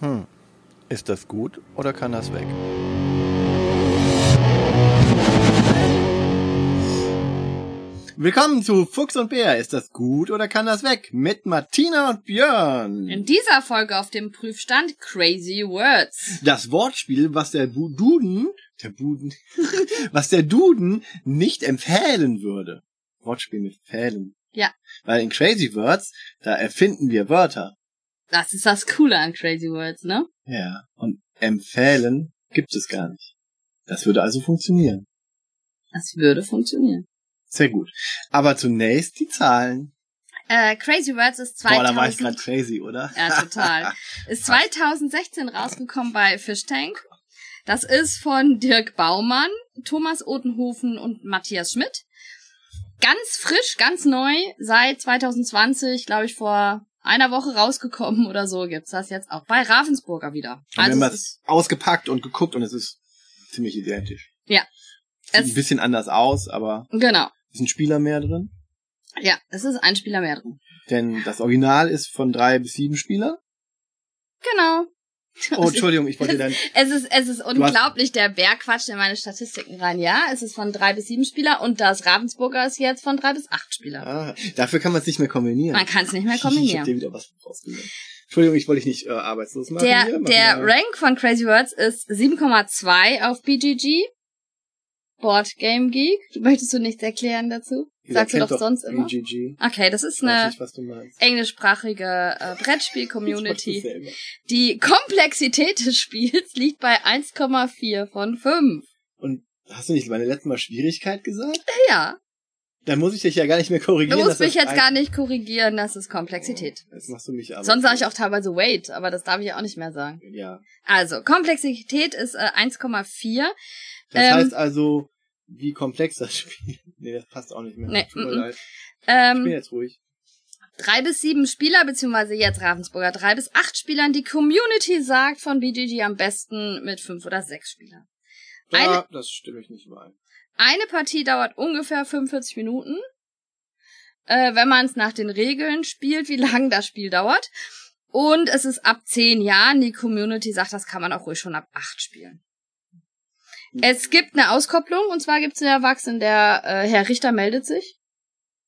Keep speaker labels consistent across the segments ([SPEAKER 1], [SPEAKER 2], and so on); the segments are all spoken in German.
[SPEAKER 1] Hm, ist das gut oder kann das weg? Willkommen zu Fuchs und Bär. Ist das gut oder kann das weg? Mit Martina und Björn.
[SPEAKER 2] In dieser Folge auf dem Prüfstand Crazy Words.
[SPEAKER 1] Das Wortspiel, was der Bu Duden, der Buden, was der Duden nicht empfehlen würde. Wortspiel mit empfehlen.
[SPEAKER 2] Ja.
[SPEAKER 1] Weil in Crazy Words, da erfinden wir Wörter.
[SPEAKER 2] Das ist das Coole an Crazy Words, ne?
[SPEAKER 1] Ja. Und empfehlen gibt es gar nicht. Das würde also funktionieren.
[SPEAKER 2] Das würde funktionieren.
[SPEAKER 1] Sehr gut. Aber zunächst die Zahlen.
[SPEAKER 2] Äh, Crazy Words ist
[SPEAKER 1] Boah, da war ich
[SPEAKER 2] 2000,
[SPEAKER 1] gerade crazy, oder?
[SPEAKER 2] ja, total. ist 2016 rausgekommen bei Fishtank. Das ist von Dirk Baumann, Thomas Otenhofen und Matthias Schmidt. Ganz frisch, ganz neu, seit 2020, glaube ich, vor einer Woche rausgekommen oder so, gibt's das jetzt auch bei Ravensburger wieder.
[SPEAKER 1] Haben wir
[SPEAKER 2] Also
[SPEAKER 1] mal
[SPEAKER 2] es ist,
[SPEAKER 1] ausgepackt und geguckt und es ist ziemlich identisch. Sieht ein
[SPEAKER 2] es,
[SPEAKER 1] bisschen anders aus, aber
[SPEAKER 2] genau.
[SPEAKER 1] ist ein Spieler mehr drin.
[SPEAKER 2] Ja, es ist ein Spieler mehr drin.
[SPEAKER 1] Denn das Original ist von drei bis sieben Spieler.
[SPEAKER 2] Genau.
[SPEAKER 1] Oh, Entschuldigung, ich wollte dann.
[SPEAKER 2] Es ist, es ist
[SPEAKER 1] hast-
[SPEAKER 2] unglaublich, der Berg quatscht in meine Statistiken rein. Ja, es ist von drei bis sieben Spieler und das Ravensburger ist jetzt von drei bis acht Spieler.
[SPEAKER 1] Ah, dafür kann man es nicht mehr kombinieren.
[SPEAKER 2] Man kann es nicht mehr
[SPEAKER 1] Ich hab
[SPEAKER 2] kombinieren.
[SPEAKER 1] dir wieder was rausgenommen. Entschuldigung, ich wollte dich nicht äh, arbeitslos machen.
[SPEAKER 2] Der,
[SPEAKER 1] hier. Mach
[SPEAKER 2] der
[SPEAKER 1] mal.
[SPEAKER 2] Rank von Crazy Words ist 7,2 auf BGG. Board Game Geek. Möchtest du nichts erklären dazu?
[SPEAKER 1] Ihr
[SPEAKER 2] Sagst du
[SPEAKER 1] kennt
[SPEAKER 2] doch sonst immer.
[SPEAKER 1] BGG.
[SPEAKER 2] Okay, das ist
[SPEAKER 1] Ich weiß
[SPEAKER 2] eine
[SPEAKER 1] nicht, was du meinst.
[SPEAKER 2] englischsprachige äh,
[SPEAKER 1] Ich
[SPEAKER 2] Brettspiel-Community.
[SPEAKER 1] mach das selber.
[SPEAKER 2] Die Komplexität des Spiels liegt bei 1,4 von 5.
[SPEAKER 1] Und hast du nicht bei der letzten Mal Schwierigkeit gesagt?
[SPEAKER 2] Ja,
[SPEAKER 1] Dann muss ich dich ja gar nicht mehr korrigieren.
[SPEAKER 2] du
[SPEAKER 1] dass
[SPEAKER 2] musst
[SPEAKER 1] das
[SPEAKER 2] mich jetzt
[SPEAKER 1] ein-
[SPEAKER 2] gar nicht korrigieren, das ist Komplexität.
[SPEAKER 1] Jetzt machst du mich aber.
[SPEAKER 2] Sonst sage ich auch teilweise Weight, aber das darf ich auch nicht mehr sagen.
[SPEAKER 1] Ja.
[SPEAKER 2] Also, Komplexität ist äh, 1,4.
[SPEAKER 1] Das
[SPEAKER 2] Ähm,
[SPEAKER 1] heißt also, wie komplex das Spiel. Nee, das passt auch nicht mehr.
[SPEAKER 2] Nee,
[SPEAKER 1] Tut mir
[SPEAKER 2] mm, mm.
[SPEAKER 1] leid. Ich bin
[SPEAKER 2] Ähm,
[SPEAKER 1] jetzt ruhig.
[SPEAKER 2] drei bis sieben Spieler, beziehungsweise jetzt Ravensburger, drei bis acht Spielern. Die Community sagt von BGG am besten mit fünf oder sechs Spielern.
[SPEAKER 1] Da, das stimme ich nicht überein.
[SPEAKER 2] Eine Partie dauert ungefähr 45 Minuten. Äh, wenn man es nach den Regeln spielt, wie lang das Spiel dauert. Und es ist ab 10 Jahren. Die Community sagt, das kann man auch ruhig schon ab 8 spielen.
[SPEAKER 1] Mhm.
[SPEAKER 2] Es gibt eine Auskopplung, und zwar gibt es einen Erwachsenen, der äh, Herr Richter meldet sich.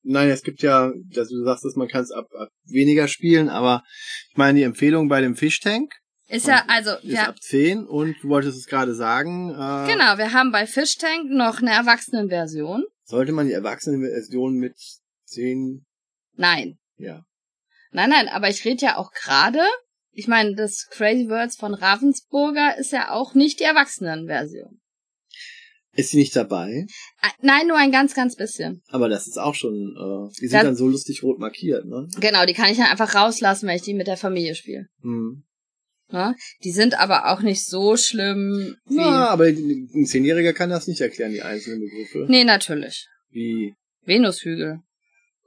[SPEAKER 1] Nein, es gibt ja, dass du sagst, dass man kann es ab, ab weniger spielen, aber ich meine, die Empfehlung bei dem Fischtank
[SPEAKER 2] Ist
[SPEAKER 1] Und
[SPEAKER 2] ja, also,
[SPEAKER 1] ist
[SPEAKER 2] ja,
[SPEAKER 1] ab 10 und du wolltest es gerade sagen, äh,
[SPEAKER 2] genau, wir haben bei Fish Tank noch eine Erwachsenenversion.
[SPEAKER 1] sollte man die Erwachsenenversion mit 10,
[SPEAKER 2] Nein.
[SPEAKER 1] ja.
[SPEAKER 2] Nein, nein, aber ich rede ja auch gerade. Ich meine, das Crazy Words von Ravensburger ist ja auch nicht die Erwachsenenversion.
[SPEAKER 1] Ist sie nicht dabei,
[SPEAKER 2] Ah, Nein, nur ein ganz, ganz bisschen.
[SPEAKER 1] aber das ist auch schon, äh, die sind
[SPEAKER 2] Das-
[SPEAKER 1] dann so lustig rot markiert, ne?
[SPEAKER 2] Genau, die kann ich dann einfach rauslassen, wenn ich die mit der Familie spiele.
[SPEAKER 1] Hm.
[SPEAKER 2] Ne? Die sind aber auch nicht so schlimm wie.
[SPEAKER 1] Na, aber ein Zehnjähriger kann das nicht erklären, die einzelnen Begriffe.
[SPEAKER 2] Nee, natürlich.
[SPEAKER 1] Wie,
[SPEAKER 2] Venushügel.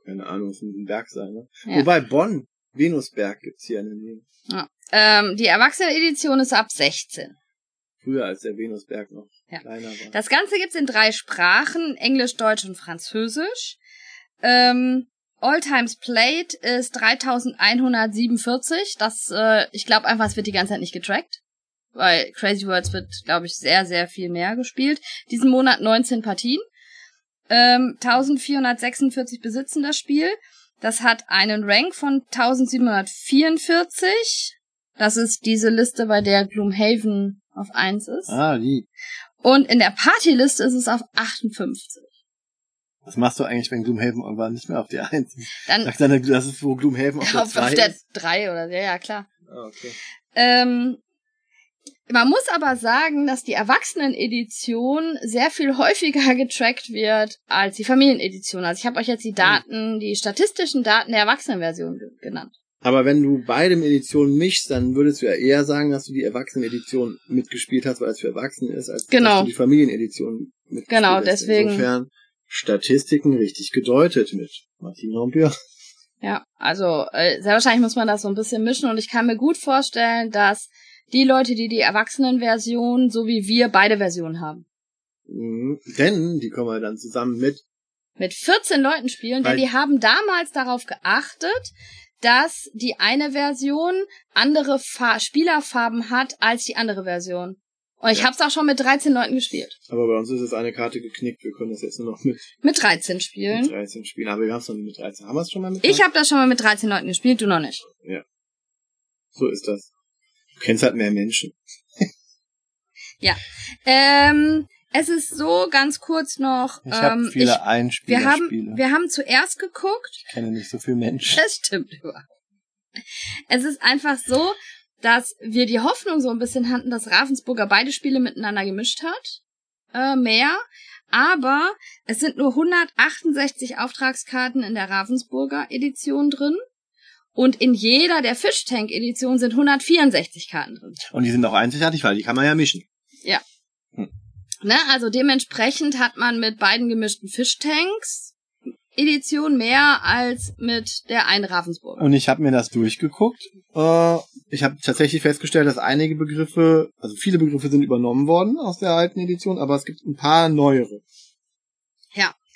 [SPEAKER 1] keine Ahnung, es muss ein Berg sein, ne?
[SPEAKER 2] Ja.
[SPEAKER 1] Wobei Bonn, Venusberg gibt's hier in der Nähe.
[SPEAKER 2] Ähm, die Erwachsenenedition ist ab 16.
[SPEAKER 1] Früher als der Venusberg noch
[SPEAKER 2] Ja.
[SPEAKER 1] kleiner war.
[SPEAKER 2] Das Ganze gibt's in drei Sprachen: Englisch, Deutsch und Französisch. Ähm, All Times Played ist 3147. Das, äh, ich glaube einfach, es wird die ganze Zeit nicht getrackt. Weil Crazy Words wird, glaube ich, sehr, sehr viel mehr gespielt. Diesen Monat 19 Partien. Ähm, 1446 besitzen das Spiel. Das hat einen Rank von 1744. Das ist diese Liste, bei der Gloomhaven auf 1 ist.
[SPEAKER 1] ah, lieb.
[SPEAKER 2] Und in der Partyliste ist es auf 58.
[SPEAKER 1] Was machst du eigentlich, wenn Gloomhaven irgendwann nicht mehr auf die Eins ist?
[SPEAKER 2] Dann
[SPEAKER 1] Sag dann, das ist, wo Gloomhaven auf der
[SPEAKER 2] auf, auf
[SPEAKER 1] Zwei
[SPEAKER 2] der
[SPEAKER 1] ist?
[SPEAKER 2] 3 oder ja, ja, klar.
[SPEAKER 1] Ah, okay.
[SPEAKER 2] Ähm, man muss aber sagen, dass die Erwachsenenedition sehr viel häufiger getrackt wird als die Familienedition. Also ich habe euch jetzt
[SPEAKER 1] Mhm.
[SPEAKER 2] die Daten, die statistischen Daten der Erwachsenenversion ge- genannt.
[SPEAKER 1] Aber wenn du beide Editionen mischst, dann würdest du ja eher sagen, dass du die Erwachsenen-Edition mitgespielt hast, weil es für Erwachsene ist, als
[SPEAKER 2] Genau.
[SPEAKER 1] dass du die Familienedition mitgespielt
[SPEAKER 2] Genau,
[SPEAKER 1] hast.
[SPEAKER 2] deswegen.
[SPEAKER 1] Insofern Statistiken richtig gedeutet mit Martina und Björn.
[SPEAKER 2] Ja, also äh, sehr wahrscheinlich muss man das so ein bisschen mischen und ich kann mir gut vorstellen, dass die Leute, die die Erwachsenenversion, so wie wir, beide Versionen haben.
[SPEAKER 1] Mhm. Denn die kommen wir dann zusammen mit.
[SPEAKER 2] mit 14 Leuten spielen, denn
[SPEAKER 1] Weil-
[SPEAKER 2] die haben damals darauf geachtet, dass die eine Version andere Fa Spielerfarben hat als die andere Version. Und ich
[SPEAKER 3] Ja.
[SPEAKER 2] hab's auch schon mit 13 Leuten gespielt.
[SPEAKER 1] Aber bei uns ist jetzt eine Karte geknickt. Wir können das jetzt nur noch mit,
[SPEAKER 2] Mit 13
[SPEAKER 1] mit
[SPEAKER 2] spielen.
[SPEAKER 1] 13 spielen. Aber wir haben es noch nicht mit 13. Haben wir es schon mal mit 13?
[SPEAKER 2] Ich habe das schon mal mit 13 Leuten gespielt, du noch nicht.
[SPEAKER 1] so ist das. Du kennst halt mehr Menschen.
[SPEAKER 2] Ähm, es ist so ganz kurz noch.
[SPEAKER 1] Ich
[SPEAKER 2] ähm,
[SPEAKER 1] habe viele
[SPEAKER 2] ich- wir haben,
[SPEAKER 1] Einspielerspiele.
[SPEAKER 2] wir haben zuerst geguckt,
[SPEAKER 1] ich kenne nicht so viele Menschen.
[SPEAKER 2] Das stimmt überhaupt. Es ist einfach so, dass wir die Hoffnung so ein bisschen hatten, dass Ravensburger beide Spiele miteinander gemischt hat. Äh, mehr. Aber es sind nur 168 Auftragskarten in der Ravensburger Edition drin. Und in jeder der Fishtank Edition sind 164 Karten drin.
[SPEAKER 1] Und die sind auch einzigartig, weil die kann man ja mischen.
[SPEAKER 2] Ne? Also dementsprechend hat man mit beiden gemischten Fishtanks Edition mehr als mit der einen Ravensburger.
[SPEAKER 1] Und ich habe mir das durchgeguckt. Äh, ich habe tatsächlich festgestellt, dass einige Begriffe, also viele Begriffe sind übernommen worden aus der alten Edition, aber es gibt ein paar neuere.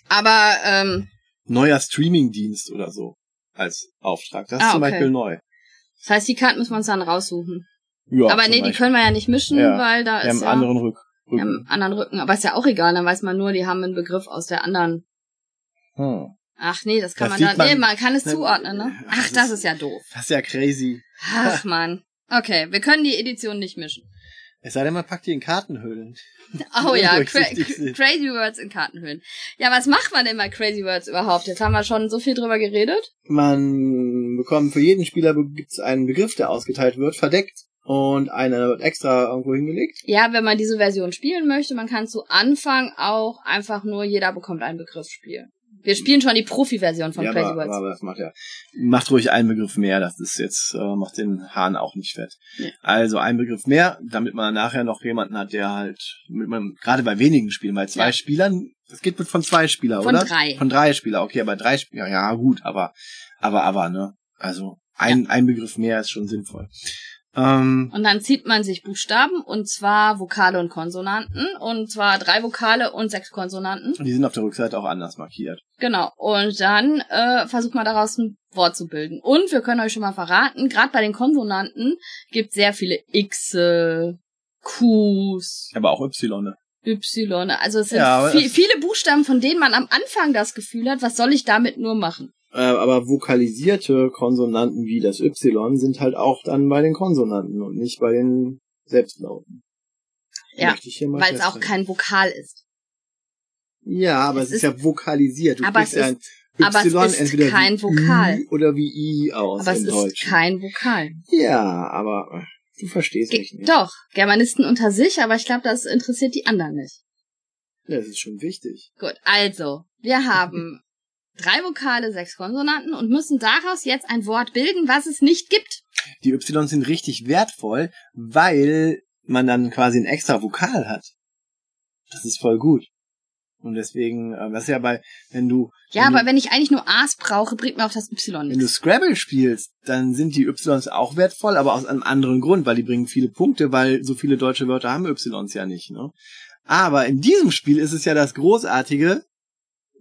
[SPEAKER 2] Aber ähm,
[SPEAKER 1] Neuer Streamingdienst oder so als Auftrag. Das ist
[SPEAKER 2] Ah,
[SPEAKER 1] zum
[SPEAKER 2] okay.
[SPEAKER 1] Beispiel neu.
[SPEAKER 2] Das heißt, die Karten müssen wir uns dann raussuchen.
[SPEAKER 1] Ja,
[SPEAKER 2] aber
[SPEAKER 1] zum
[SPEAKER 2] nee, die
[SPEAKER 1] Beispiel.
[SPEAKER 2] können wir ja nicht mischen,
[SPEAKER 1] Ja,
[SPEAKER 2] weil da
[SPEAKER 1] Wir haben einen
[SPEAKER 2] ist ja
[SPEAKER 1] anderen Rück
[SPEAKER 2] wir
[SPEAKER 1] Rücken.
[SPEAKER 2] haben einen anderen Rücken. Aber ist ja auch egal, dann weiß man nur, die haben einen Begriff aus der anderen.
[SPEAKER 1] Hm.
[SPEAKER 2] Ach nee, das kann
[SPEAKER 1] Das
[SPEAKER 2] man
[SPEAKER 1] sieht
[SPEAKER 2] da. Nee,
[SPEAKER 1] man-
[SPEAKER 2] man kann es
[SPEAKER 1] Ne,
[SPEAKER 2] zuordnen, ne?
[SPEAKER 1] ja,
[SPEAKER 2] Ach,
[SPEAKER 1] das
[SPEAKER 2] das
[SPEAKER 1] ist-
[SPEAKER 2] ist ja doof.
[SPEAKER 1] Das ist ja crazy.
[SPEAKER 2] Ach man. Okay, wir können die Edition nicht mischen.
[SPEAKER 1] Es sei denn, man packt die in Kartenhüllen.
[SPEAKER 2] Oh ja, cra
[SPEAKER 1] Undurchsichtig sind.
[SPEAKER 2] Crazy Words in Kartenhöhlen. Ja, was macht man denn bei Crazy Words überhaupt? Jetzt haben wir schon so viel drüber geredet.
[SPEAKER 1] Man bekommt für jeden Spieler be- gibt's einen Begriff, der ausgeteilt wird, verdeckt. Und einer wird extra irgendwo hingelegt.
[SPEAKER 2] Ja, wenn man diese Version spielen möchte, man kann zu Anfang auch einfach nur jeder bekommt einen Begriff spielen. Wir spielen schon die Profi-Version von
[SPEAKER 1] ja,
[SPEAKER 2] Crazy
[SPEAKER 1] aber,
[SPEAKER 2] Words.
[SPEAKER 1] aber das macht ja. Macht ruhig einen Begriff mehr, das ist jetzt, äh, macht den Hahn auch nicht fett.
[SPEAKER 2] Nee.
[SPEAKER 1] Also ein Begriff mehr, damit man nachher noch jemanden hat, der halt, mit man, gerade bei wenigen Spielen, bei zwei
[SPEAKER 2] Ja.
[SPEAKER 1] Spielern, das geht mit von zwei Spielern,
[SPEAKER 2] Von
[SPEAKER 1] oder?
[SPEAKER 2] drei.
[SPEAKER 1] Von drei Spieler, okay, aber drei Spieler, ja gut, aber, aber, aber, ne? Also ein, ein Begriff mehr ist schon sinnvoll. Ähm,
[SPEAKER 2] Und dann zieht man sich Buchstaben, und zwar Vokale und Konsonanten, und zwar drei Vokale und sechs Konsonanten.
[SPEAKER 1] Und die sind auf der Rückseite auch anders markiert.
[SPEAKER 2] Genau. Und dann äh, versucht man daraus ein Wort zu bilden. Und wir können euch schon mal verraten, gerade bei den Konsonanten gibt sehr viele X, Qs,
[SPEAKER 1] Aber auch Y. ne?
[SPEAKER 2] Y. Also es sind
[SPEAKER 1] Ja, aber
[SPEAKER 2] viel,
[SPEAKER 1] das-
[SPEAKER 2] viele Buchstaben, von denen man am Anfang das Gefühl hat, was soll ich damit nur machen?
[SPEAKER 1] Äh, aber vokalisierte Konsonanten wie das Y sind halt auch dann bei den Konsonanten und nicht bei den Selbstlauten.
[SPEAKER 2] Ja,
[SPEAKER 1] Möchte ich hier mal
[SPEAKER 2] Weil es auch
[SPEAKER 1] festhalten.
[SPEAKER 2] kein Vokal ist.
[SPEAKER 1] Ja, aber es,
[SPEAKER 2] es
[SPEAKER 1] ist, ja vokalisiert. Du
[SPEAKER 2] aber
[SPEAKER 1] kriegst
[SPEAKER 2] es ist-
[SPEAKER 1] ein
[SPEAKER 2] aber es
[SPEAKER 1] Y
[SPEAKER 2] ist
[SPEAKER 1] entweder
[SPEAKER 2] kein
[SPEAKER 1] wie
[SPEAKER 2] Vokal.
[SPEAKER 1] Ü oder wie I aus
[SPEAKER 2] aber es
[SPEAKER 1] im
[SPEAKER 2] ist
[SPEAKER 1] Deutschen.
[SPEAKER 2] kein Vokal.
[SPEAKER 1] ja, aber äh, du verstehst
[SPEAKER 2] Ge-
[SPEAKER 1] mich nicht.
[SPEAKER 2] Doch, Germanisten unter sich, aber ich glaube, das interessiert die anderen nicht.
[SPEAKER 1] Das ist schon wichtig.
[SPEAKER 2] Gut, also, wir haben drei Vokale, sechs Konsonanten und müssen daraus jetzt ein Wort bilden, was es nicht gibt.
[SPEAKER 1] Die Y sind richtig wertvoll, weil man dann quasi ein extra Vokal hat. Das ist voll gut. Und deswegen, äh, das ist ja bei, wenn du
[SPEAKER 2] Ja,
[SPEAKER 1] Wenn du-
[SPEAKER 2] aber wenn ich eigentlich nur A's brauche, bringt mir auch das Y
[SPEAKER 1] Mhm. Wenn du
[SPEAKER 2] nichts.
[SPEAKER 1] Scrabble spielst, dann sind die Ys auch wertvoll, aber aus einem anderen Grund, weil die bringen viele Punkte, weil so viele deutsche Wörter haben Ys ja nicht. Ne? Aber in diesem Spiel ist es ja das Großartige,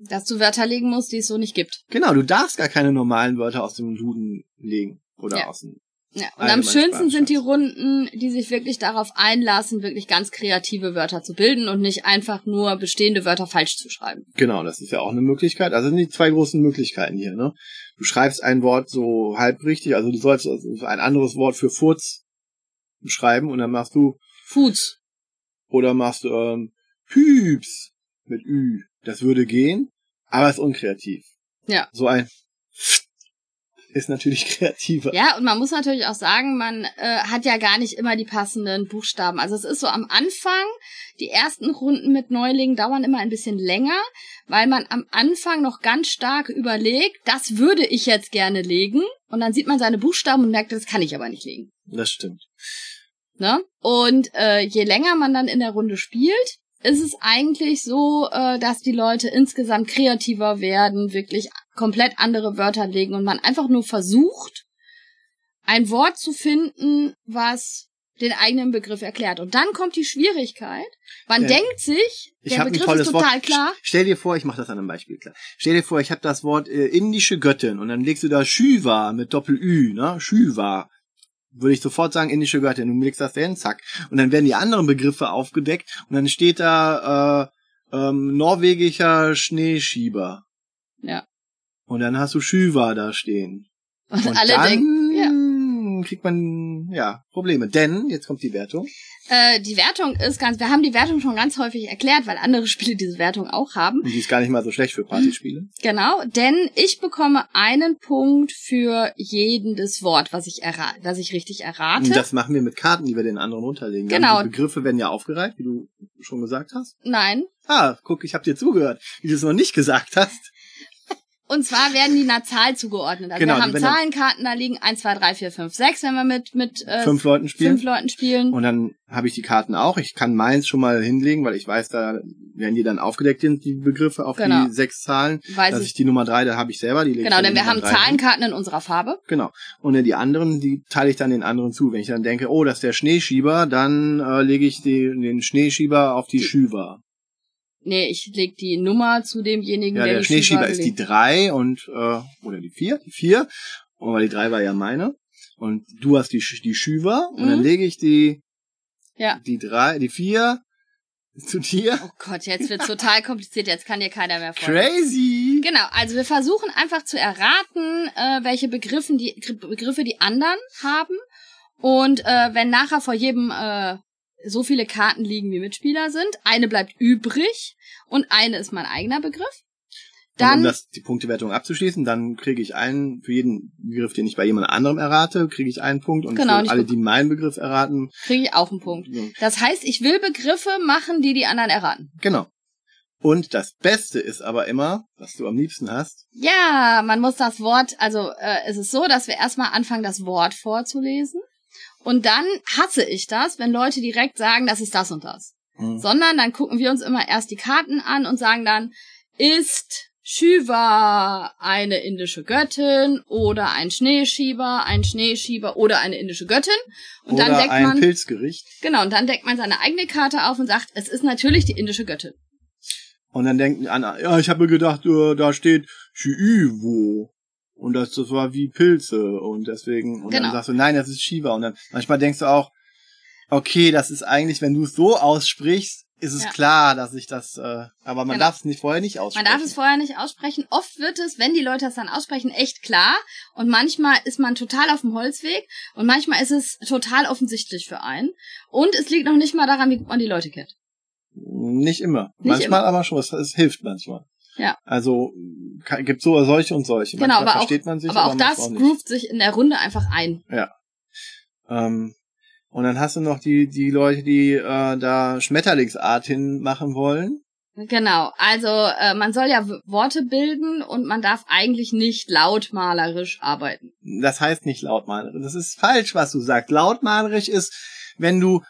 [SPEAKER 2] Dass du Wörter legen musst, die es so nicht gibt.
[SPEAKER 1] genau, du darfst gar keine normalen Wörter aus dem Duden legen oder
[SPEAKER 2] Ja.
[SPEAKER 1] aus dem...
[SPEAKER 2] Ja, und
[SPEAKER 1] Allgemein
[SPEAKER 2] am schönsten
[SPEAKER 1] Sprachschatz.
[SPEAKER 2] sind die Runden, die sich wirklich darauf einlassen, wirklich ganz kreative Wörter zu bilden und nicht einfach nur bestehende Wörter falsch zu schreiben.
[SPEAKER 1] Genau, das ist ja auch eine Möglichkeit. Also sind die zwei großen Möglichkeiten hier. Ne? Du schreibst ein Wort so halb richtig, also du sollst also ein anderes Wort für Furz schreiben und dann machst du
[SPEAKER 2] Foods.
[SPEAKER 1] Oder machst du ähm, Hübs mit Ü. Das würde gehen, aber ist unkreativ.
[SPEAKER 2] Ja.
[SPEAKER 1] So ein ist natürlich kreativer.
[SPEAKER 2] Ja, und man muss natürlich auch sagen, man äh, hat ja gar nicht immer die passenden Buchstaben. Also es ist so am Anfang, die ersten Runden mit Neulingen dauern immer ein bisschen länger, weil man am Anfang noch ganz stark überlegt, das würde ich jetzt gerne legen. Und dann sieht man seine Buchstaben und merkt, das kann ich aber nicht legen.
[SPEAKER 1] Das stimmt.
[SPEAKER 2] Ne? Und äh, je länger man dann in der Runde spielt, ist es eigentlich so, äh, dass die Leute insgesamt kreativer werden, wirklich komplett andere Wörter legen und man einfach nur versucht, ein Wort zu finden, was den eigenen Begriff erklärt. Und dann kommt die Schwierigkeit. Man
[SPEAKER 1] Ja.
[SPEAKER 2] denkt sich,
[SPEAKER 1] Ich
[SPEAKER 2] der
[SPEAKER 1] habe ein
[SPEAKER 2] Begriff ist
[SPEAKER 1] tolles
[SPEAKER 2] total
[SPEAKER 1] Wort.
[SPEAKER 2] klar.
[SPEAKER 1] St- Stell dir vor, ich mache das an einem Beispiel klar. Stell dir vor, ich habe das Wort äh, indische Göttin und dann legst du da Shiva mit Doppel-Ü, ne? Shiva. Würde ich sofort sagen, indische Göttin. Du legst das dahin, zack. Und dann werden die anderen Begriffe aufgedeckt und dann steht da äh, ähm, norwegischer Schneeschieber.
[SPEAKER 2] Ja.
[SPEAKER 1] Und dann hast du Shiva da stehen.
[SPEAKER 2] Und,
[SPEAKER 1] Und
[SPEAKER 2] alle
[SPEAKER 1] dann
[SPEAKER 2] denken, ja.
[SPEAKER 1] kriegt man ja Probleme. Denn, jetzt kommt die Wertung.
[SPEAKER 2] Äh, die Wertung ist ganz, wir haben die Wertung schon ganz häufig erklärt, weil andere Spiele diese Wertung auch haben.
[SPEAKER 1] Und die ist gar nicht mal so schlecht für Partyspiele.
[SPEAKER 2] Genau, denn ich bekomme einen Punkt für jedes Wort, was ich, erra das ich richtig errate.
[SPEAKER 1] Und das machen wir mit Karten, die wir den anderen runterlegen.
[SPEAKER 2] Genau.
[SPEAKER 1] Die Begriffe werden ja aufgereiht, wie du schon gesagt hast.
[SPEAKER 2] Nein.
[SPEAKER 1] Ah, guck, ich habe dir zugehört, wie du es noch nicht gesagt hast.
[SPEAKER 2] Und zwar werden die einer Zahl zugeordnet. Also
[SPEAKER 1] Genau,
[SPEAKER 2] wir haben
[SPEAKER 1] wenn dann-
[SPEAKER 2] Zahlenkarten, da liegen 1, 2, 3, 4, 5, 6, wenn wir mit, mit äh,
[SPEAKER 1] Fünf Leuten spielen.
[SPEAKER 2] fünf Leuten spielen.
[SPEAKER 1] Und dann habe ich die Karten auch. Ich kann meins schon mal hinlegen, weil ich weiß, da werden die dann aufgedeckt, die die Begriffe auf
[SPEAKER 2] Genau.
[SPEAKER 1] die sechs Zahlen.
[SPEAKER 2] Weiß
[SPEAKER 1] dass
[SPEAKER 2] ich,
[SPEAKER 1] ich die Nummer drei, da habe ich selber, die lege
[SPEAKER 2] genau,
[SPEAKER 1] ich
[SPEAKER 2] denn
[SPEAKER 1] dann
[SPEAKER 2] wir haben
[SPEAKER 1] Nummer drei hin.
[SPEAKER 2] Zahlenkarten in unserer Farbe.
[SPEAKER 1] Genau. Und dann die anderen, die teile ich dann den anderen zu. Wenn ich dann denke, oh, das ist der Schneeschieber, dann äh, lege ich die, den Schneeschieber auf die Schüber.
[SPEAKER 2] Nee, ich leg die Nummer zu demjenigen,
[SPEAKER 1] Ja,
[SPEAKER 2] der,
[SPEAKER 1] der,
[SPEAKER 2] die
[SPEAKER 1] Schneeschieber
[SPEAKER 2] Schieber
[SPEAKER 1] ist die
[SPEAKER 2] gelegt-
[SPEAKER 1] drei und äh, oder die vier, die vier. Und weil die drei war ja meine. Und du hast die, Sch- die Schüber und
[SPEAKER 2] Mhm.
[SPEAKER 1] dann lege ich die
[SPEAKER 2] Ja.
[SPEAKER 1] die drei, die vier zu dir.
[SPEAKER 2] Oh Gott, jetzt wird's total kompliziert, jetzt kann dir keiner mehr folgen.
[SPEAKER 1] Crazy.
[SPEAKER 2] Genau, also wir versuchen einfach zu erraten, äh, welche Begriffen die, Begriffe die anderen haben. Und äh, wenn nachher vor jedem äh, so viele Karten liegen, wie Mitspieler sind, eine bleibt übrig und eine ist mein eigener Begriff.
[SPEAKER 1] und um
[SPEAKER 2] Dann,
[SPEAKER 1] das, die Punktewertung abzuschließen, dann kriege ich einen für jeden Begriff, den ich bei jemand anderem errate, kriege ich einen Punkt und
[SPEAKER 2] Genau, und
[SPEAKER 1] für
[SPEAKER 2] ich
[SPEAKER 1] alle,
[SPEAKER 2] bek-
[SPEAKER 1] die meinen Begriff erraten,
[SPEAKER 2] kriege ich auch einen Punkt. Das heißt, ich will Begriffe machen, die die anderen erraten.
[SPEAKER 1] genau. Und das Beste ist aber immer, was du am liebsten hast.
[SPEAKER 2] Ja, man muss das Wort, also äh, es ist so, dass wir erstmal anfangen, das Wort vorzulesen. Und dann hasse ich das, wenn Leute direkt sagen, das ist das und das.
[SPEAKER 1] Mhm.
[SPEAKER 2] sondern dann gucken wir uns immer erst die Karten an und sagen dann, ist Shiva eine indische Göttin oder ein Schneeschieber, ein Schneeschieber oder eine indische Göttin? Und
[SPEAKER 1] Oder
[SPEAKER 2] dann deckt
[SPEAKER 1] ein
[SPEAKER 2] man,
[SPEAKER 1] Pilzgericht.
[SPEAKER 2] genau, und dann deckt man seine eigene Karte auf und sagt, es ist natürlich die indische Göttin.
[SPEAKER 1] Und dann denkt Anna, ja, ich habe gedacht, äh, da steht Chiivo. Und das, das war wie Pilze. Und deswegen, und dann
[SPEAKER 2] Genau.
[SPEAKER 1] sagst du, nein, das ist Shiva. Und dann manchmal denkst du auch, okay, das ist eigentlich, wenn du es so aussprichst, ist es
[SPEAKER 2] Ja.
[SPEAKER 1] klar, dass ich das, äh, aber man
[SPEAKER 2] Genau.
[SPEAKER 1] darf es nicht vorher nicht
[SPEAKER 2] Man
[SPEAKER 1] aussprechen.
[SPEAKER 2] darf es vorher nicht aussprechen. Oft wird es, wenn die Leute es dann aussprechen, echt klar. Und manchmal ist man total auf dem Holzweg und manchmal ist es total offensichtlich für einen. Und es liegt noch nicht mal daran, wie gut man die Leute kennt.
[SPEAKER 1] Nicht immer.
[SPEAKER 2] Nicht
[SPEAKER 1] manchmal aber schon, es, es hilft manchmal.
[SPEAKER 2] Ja.
[SPEAKER 1] Also kann, gibt so solche und solche.
[SPEAKER 2] Genau,
[SPEAKER 1] manchmal
[SPEAKER 2] aber auch-
[SPEAKER 1] versteht man sich,
[SPEAKER 2] Aber auch
[SPEAKER 1] manchmal
[SPEAKER 2] das
[SPEAKER 1] nicht.
[SPEAKER 2] groovt sich in der Runde einfach ein.
[SPEAKER 1] Ähm, und dann hast du noch die, die Leute, die äh, da Schmetterlingsart hin machen wollen.
[SPEAKER 2] Genau, also äh, man soll ja W- Worte bilden und man darf eigentlich nicht lautmalerisch arbeiten.
[SPEAKER 1] Das heißt nicht lautmalerisch. Das ist falsch, was du sagst. Lautmalerisch ist, wenn du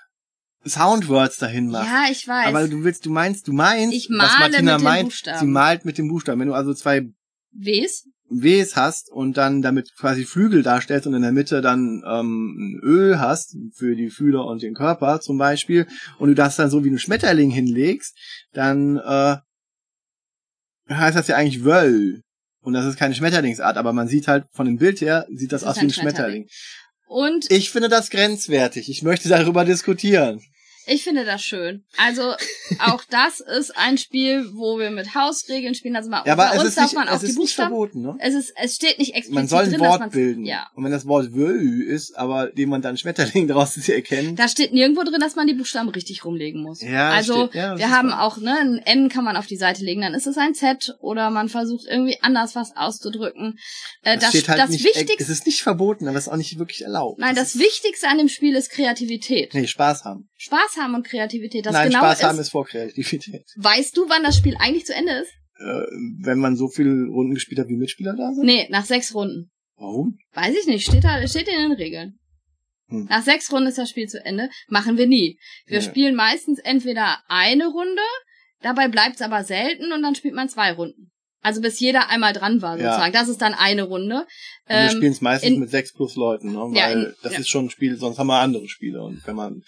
[SPEAKER 1] Soundwords dahin machst.
[SPEAKER 2] Ja, ich weiß.
[SPEAKER 1] Aber du willst, du meinst, du meinst,
[SPEAKER 2] Ich
[SPEAKER 1] was
[SPEAKER 2] male
[SPEAKER 1] Martina
[SPEAKER 2] mit den
[SPEAKER 1] meint,
[SPEAKER 2] Buchstaben.
[SPEAKER 1] sie malt mit dem Buchstaben. Wenn du also zwei
[SPEAKER 2] Ws?
[SPEAKER 1] Ws hast und dann damit quasi Flügel darstellst und in der Mitte dann ähm, ein Ö hast für die Fühler und den Körper zum Beispiel und du das dann so wie einen Schmetterling hinlegst, dann äh, heißt das ja eigentlich Wöll. Und das ist keine Schmetterlingsart, aber man sieht halt von dem Bild her, sieht das
[SPEAKER 2] Das ist
[SPEAKER 1] aus wie
[SPEAKER 2] ein
[SPEAKER 1] ein Schmetterling.
[SPEAKER 2] Und
[SPEAKER 1] Ich finde das grenzwertig. Ich möchte darüber diskutieren.
[SPEAKER 2] ich finde das schön. Also auch das ist ein Spiel, wo wir mit Hausregeln spielen. Also mal,
[SPEAKER 1] Ja, aber
[SPEAKER 2] bei
[SPEAKER 1] es
[SPEAKER 2] uns
[SPEAKER 1] ist
[SPEAKER 2] darf
[SPEAKER 1] nicht,
[SPEAKER 2] man auch
[SPEAKER 1] es
[SPEAKER 2] die
[SPEAKER 1] ist nicht
[SPEAKER 2] Buchstaben.
[SPEAKER 1] verboten, ne?
[SPEAKER 2] Es ist, es steht nicht explizit
[SPEAKER 1] Man soll ein
[SPEAKER 2] drin, dass
[SPEAKER 1] Wort
[SPEAKER 2] man
[SPEAKER 1] bilden.
[SPEAKER 2] ja.
[SPEAKER 1] Und wenn das Wort Wöl ist, aber den man dann Schmetterling draus erkennt,
[SPEAKER 2] Da steht nirgendwo drin, dass man die Buchstaben richtig rumlegen muss.
[SPEAKER 1] Ja,
[SPEAKER 2] also
[SPEAKER 1] steht- ja, das
[SPEAKER 2] wir
[SPEAKER 1] ist
[SPEAKER 2] haben
[SPEAKER 1] wahr.
[SPEAKER 2] auch, ne, ein N kann man auf die Seite legen, dann ist es ein Z oder man versucht irgendwie anders was auszudrücken. Äh, das das,
[SPEAKER 1] halt nicht, Es
[SPEAKER 2] Wichtigste,
[SPEAKER 1] ist nicht verboten, aber es ist auch nicht wirklich erlaubt.
[SPEAKER 2] nein, das Wichtigste an dem Spiel ist Kreativität.
[SPEAKER 1] Nee, Spaß haben.
[SPEAKER 2] Spaß haben und Kreativität. Das
[SPEAKER 1] nein,
[SPEAKER 2] genau
[SPEAKER 1] Spaß
[SPEAKER 2] ist,
[SPEAKER 1] haben ist vor Kreativität.
[SPEAKER 2] Weißt du, wann das Spiel eigentlich zu Ende ist?
[SPEAKER 1] Äh, wenn man so viele Runden gespielt hat, wie Mitspieler da sind?
[SPEAKER 2] Nee, nach sechs Runden.
[SPEAKER 1] Warum?
[SPEAKER 2] Weiß ich nicht, steht da, steht in den Regeln.
[SPEAKER 1] Hm.
[SPEAKER 2] Nach sechs Runden ist das Spiel zu Ende. Machen wir nie. Wir
[SPEAKER 1] Ja.
[SPEAKER 2] spielen meistens entweder eine Runde, dabei bleibt's aber selten und dann spielt man zwei Runden. Also bis jeder einmal dran war
[SPEAKER 1] Ja.
[SPEAKER 2] sozusagen. Das ist dann eine Runde.
[SPEAKER 1] Und wir
[SPEAKER 2] Ähm,
[SPEAKER 1] spielen es meistens
[SPEAKER 2] in-
[SPEAKER 1] mit sechs plus Leuten, ne? weil
[SPEAKER 2] Ja, in-
[SPEAKER 1] das
[SPEAKER 2] ja.
[SPEAKER 1] ist schon ein Spiel, sonst haben wir andere Spiele. Und wenn man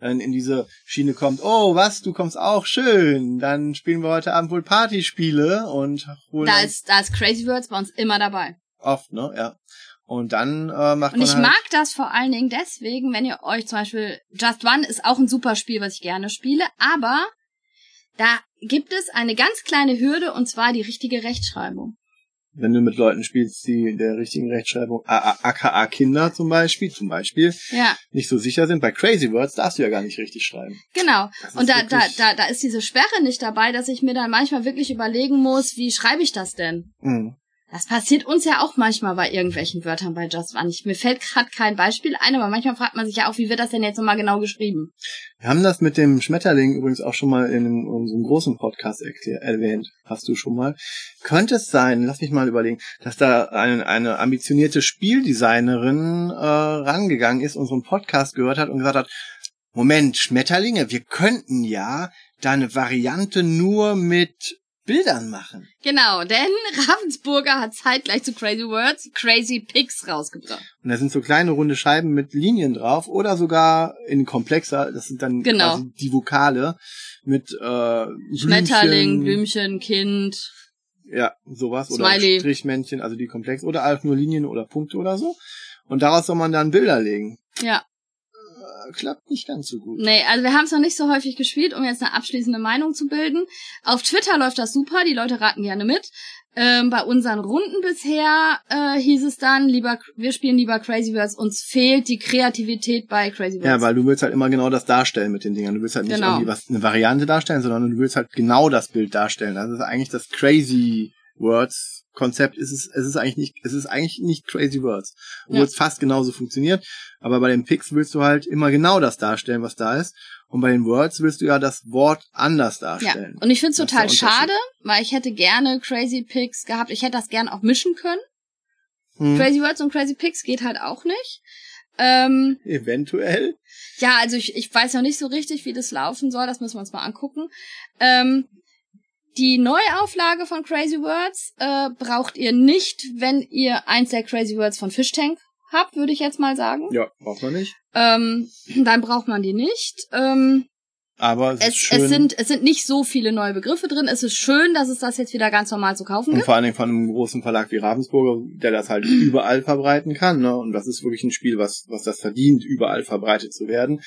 [SPEAKER 1] dann in diese Schiene kommt, oh was, du kommst auch, schön, dann spielen wir heute Abend wohl Partyspiele und holen
[SPEAKER 2] da
[SPEAKER 1] uns
[SPEAKER 2] ist, da ist Crazy Words bei uns immer dabei.
[SPEAKER 1] oft, ne? Ja. Und dann äh, macht
[SPEAKER 2] Und
[SPEAKER 1] man
[SPEAKER 2] ich
[SPEAKER 1] halt,
[SPEAKER 2] mag das vor allen Dingen deswegen, wenn ihr euch zum Beispiel Just One ist auch ein super Spiel, was ich gerne spiele, aber da gibt es eine ganz kleine Hürde und zwar die richtige Rechtschreibung.
[SPEAKER 1] wenn du mit Leuten spielst, die in der richtigen Rechtschreibung, a- a- aka Kinder zum Beispiel, zum Beispiel,
[SPEAKER 2] Ja,
[SPEAKER 1] nicht so sicher sind, bei Crazy Words darfst du ja gar nicht richtig schreiben.
[SPEAKER 2] genau.
[SPEAKER 1] Das ist
[SPEAKER 2] Und da, da,
[SPEAKER 1] wirklich-
[SPEAKER 2] da, da ist diese Sperre nicht dabei, dass ich mir dann manchmal wirklich überlegen muss, wie schreibe ich das denn?
[SPEAKER 1] Mhm.
[SPEAKER 2] Das passiert uns ja auch manchmal bei irgendwelchen Wörtern bei Just One. Ich, mir fällt gerade kein Beispiel ein, aber manchmal fragt man sich ja auch, wie wird das denn jetzt nochmal genau geschrieben?
[SPEAKER 1] Wir haben das mit dem Schmetterling übrigens auch schon mal in einem- unserem großen Podcast erklär, erwähnt. Hast du schon mal? Könnte es sein, lass mich mal überlegen, dass da eine, eine ambitionierte Spieldesignerin äh, rangegangen ist, unseren Podcast gehört hat und gesagt hat, Moment, Schmetterlinge, wir könnten ja da eine Variante nur mit Bildern machen.
[SPEAKER 2] Genau, denn Ravensburger hat zeitgleich zu Crazy Words Crazy Pigs rausgebracht.
[SPEAKER 1] Und da sind so kleine runde Scheiben mit Linien drauf oder sogar in komplexer, das sind dann
[SPEAKER 2] Genau.
[SPEAKER 1] quasi die Vokale mit äh, Blümchen,
[SPEAKER 2] Schmetterling, Blümchen, Kind.
[SPEAKER 1] Ja, sowas.
[SPEAKER 2] Smiley.
[SPEAKER 1] Oder Strichmännchen, also die komplex. Oder auch nur Linien oder Punkte oder so. Und daraus soll man dann Bilder legen.
[SPEAKER 2] Ja,
[SPEAKER 1] Äh, Klappt nicht ganz so gut.
[SPEAKER 2] nee, also wir haben es noch nicht so häufig gespielt, um jetzt eine abschließende Meinung zu bilden. Auf Twitter läuft das super, die Leute raten gerne mit. Ähm, bei unseren Runden bisher äh, hieß es dann, lieber, wir spielen lieber Crazy Words, uns fehlt die Kreativität bei Crazy Words.
[SPEAKER 1] Ja, weil du willst halt immer genau das darstellen mit den Dingern. Du willst halt nicht
[SPEAKER 2] Genau.
[SPEAKER 1] irgendwie was, eine Variante darstellen, sondern du willst halt genau das Bild darstellen. Das ist eigentlich das Crazy Words Konzept. Es ist, es ist eigentlich nicht, es ist eigentlich nicht Crazy Words. Obwohl
[SPEAKER 2] Ja.
[SPEAKER 1] es fast genauso funktioniert. Aber bei den Pics willst du halt immer genau das darstellen, was da ist. Und bei den Words willst du ja das Wort anders
[SPEAKER 2] Ja,
[SPEAKER 1] darstellen.
[SPEAKER 2] und ich find's
[SPEAKER 1] Das ist
[SPEAKER 2] total
[SPEAKER 1] der Unterschied.
[SPEAKER 2] schade, weil ich hätte gerne Crazy Pigs gehabt. Ich hätte das gern auch mischen können.
[SPEAKER 1] Hm.
[SPEAKER 2] Crazy Words und Crazy Pigs geht halt auch nicht. Ähm,
[SPEAKER 1] Eventuell.
[SPEAKER 2] ja, also ich, ich weiß noch nicht so richtig, wie das laufen soll. Das müssen wir uns mal angucken. Ähm, die Neuauflage von Crazy Words äh, braucht ihr nicht, wenn ihr eins der Crazy Words von Fish Tank habt, würde ich jetzt mal sagen.
[SPEAKER 1] Ja, braucht man nicht.
[SPEAKER 2] Ähm, dann braucht man die nicht. Ähm,
[SPEAKER 1] Aber es, ist
[SPEAKER 2] es,
[SPEAKER 1] schön.
[SPEAKER 2] es, sind, es sind nicht so viele neue Begriffe drin. Es ist schön, dass es das jetzt wieder ganz normal zu kaufen
[SPEAKER 1] und
[SPEAKER 2] gibt.
[SPEAKER 1] vor allen Dingen von einem großen Verlag wie Ravensburger, der das halt
[SPEAKER 2] Mhm.
[SPEAKER 1] überall verbreiten kann. Ne? Und das ist wirklich ein Spiel, was, was das verdient, überall verbreitet zu werden.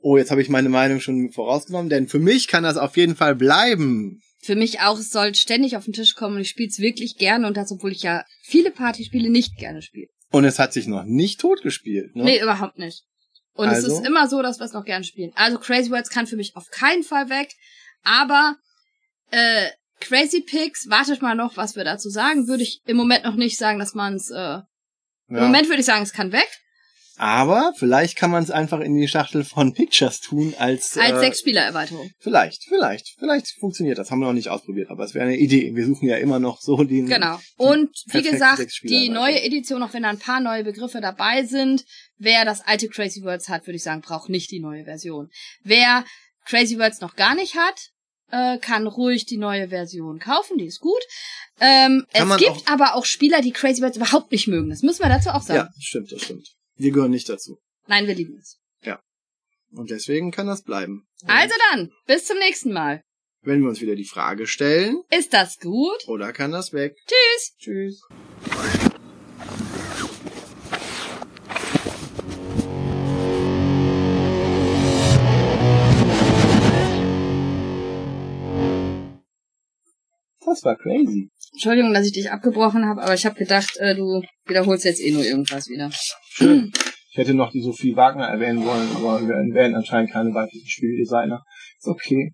[SPEAKER 1] Oh, jetzt habe ich meine Meinung schon vorausgenommen, denn für mich kann das auf jeden Fall bleiben.
[SPEAKER 2] Für mich auch, es soll ständig auf den Tisch kommen und ich spiele es wirklich gerne und das, obwohl ich ja viele Partyspiele nicht gerne spiele.
[SPEAKER 1] Und es hat sich noch nicht totgespielt. Ne?
[SPEAKER 2] Nee, überhaupt nicht. Und es
[SPEAKER 1] Also?
[SPEAKER 2] ist immer so, dass wir es noch gern spielen. Also Crazy Words kann für mich auf keinen Fall weg. Aber äh, Crazy Pigs, wartet mal noch, was wir dazu sagen. Würde ich im Moment noch nicht sagen, dass man es. Äh, Im
[SPEAKER 1] Ja.
[SPEAKER 2] Moment würde ich sagen, es kann weg.
[SPEAKER 1] Aber vielleicht kann man es einfach in die Schachtel von Pictures tun als,
[SPEAKER 2] Als
[SPEAKER 1] äh,
[SPEAKER 2] sechs Spieler Erweiterung.
[SPEAKER 1] Vielleicht, vielleicht, vielleicht funktioniert das. Haben wir noch nicht ausprobiert, aber es wäre eine Idee. Wir suchen ja immer noch so den
[SPEAKER 2] Genau. Und wie
[SPEAKER 1] perfekte
[SPEAKER 2] gesagt,
[SPEAKER 1] Sechs-Spieler
[SPEAKER 2] die neue
[SPEAKER 1] Erweiterung.
[SPEAKER 2] Edition, auch wenn da ein paar neue Begriffe dabei sind, wer das alte Crazy Words hat, würde ich sagen, braucht nicht die neue Version. Wer Crazy Words noch gar nicht hat, äh, kann ruhig die neue Version kaufen, die ist gut. Ähm,
[SPEAKER 1] Kann
[SPEAKER 2] es
[SPEAKER 1] man
[SPEAKER 2] gibt
[SPEAKER 1] auch-
[SPEAKER 2] aber auch Spieler, die Crazy Words überhaupt nicht mögen. Das müssen wir dazu auch sagen.
[SPEAKER 1] Ja, stimmt, das stimmt. Wir gehören nicht dazu.
[SPEAKER 2] Nein, wir lieben es.
[SPEAKER 1] Und deswegen kann das bleiben.
[SPEAKER 2] Also dann, bis zum nächsten Mal.
[SPEAKER 1] Wenn wir uns wieder die Frage stellen,
[SPEAKER 2] Ist das gut?
[SPEAKER 1] oder kann das weg?
[SPEAKER 2] Tschüss!
[SPEAKER 1] Tschüss. Das war crazy.
[SPEAKER 2] Entschuldigung, dass ich dich abgebrochen habe, aber ich habe gedacht, äh, du wiederholst jetzt eh nur irgendwas wieder.
[SPEAKER 1] Schön. Ich hätte noch die Sophie Wagner erwähnen wollen, aber wir werden anscheinend keine weiblichen Spieldesigner. Ist okay.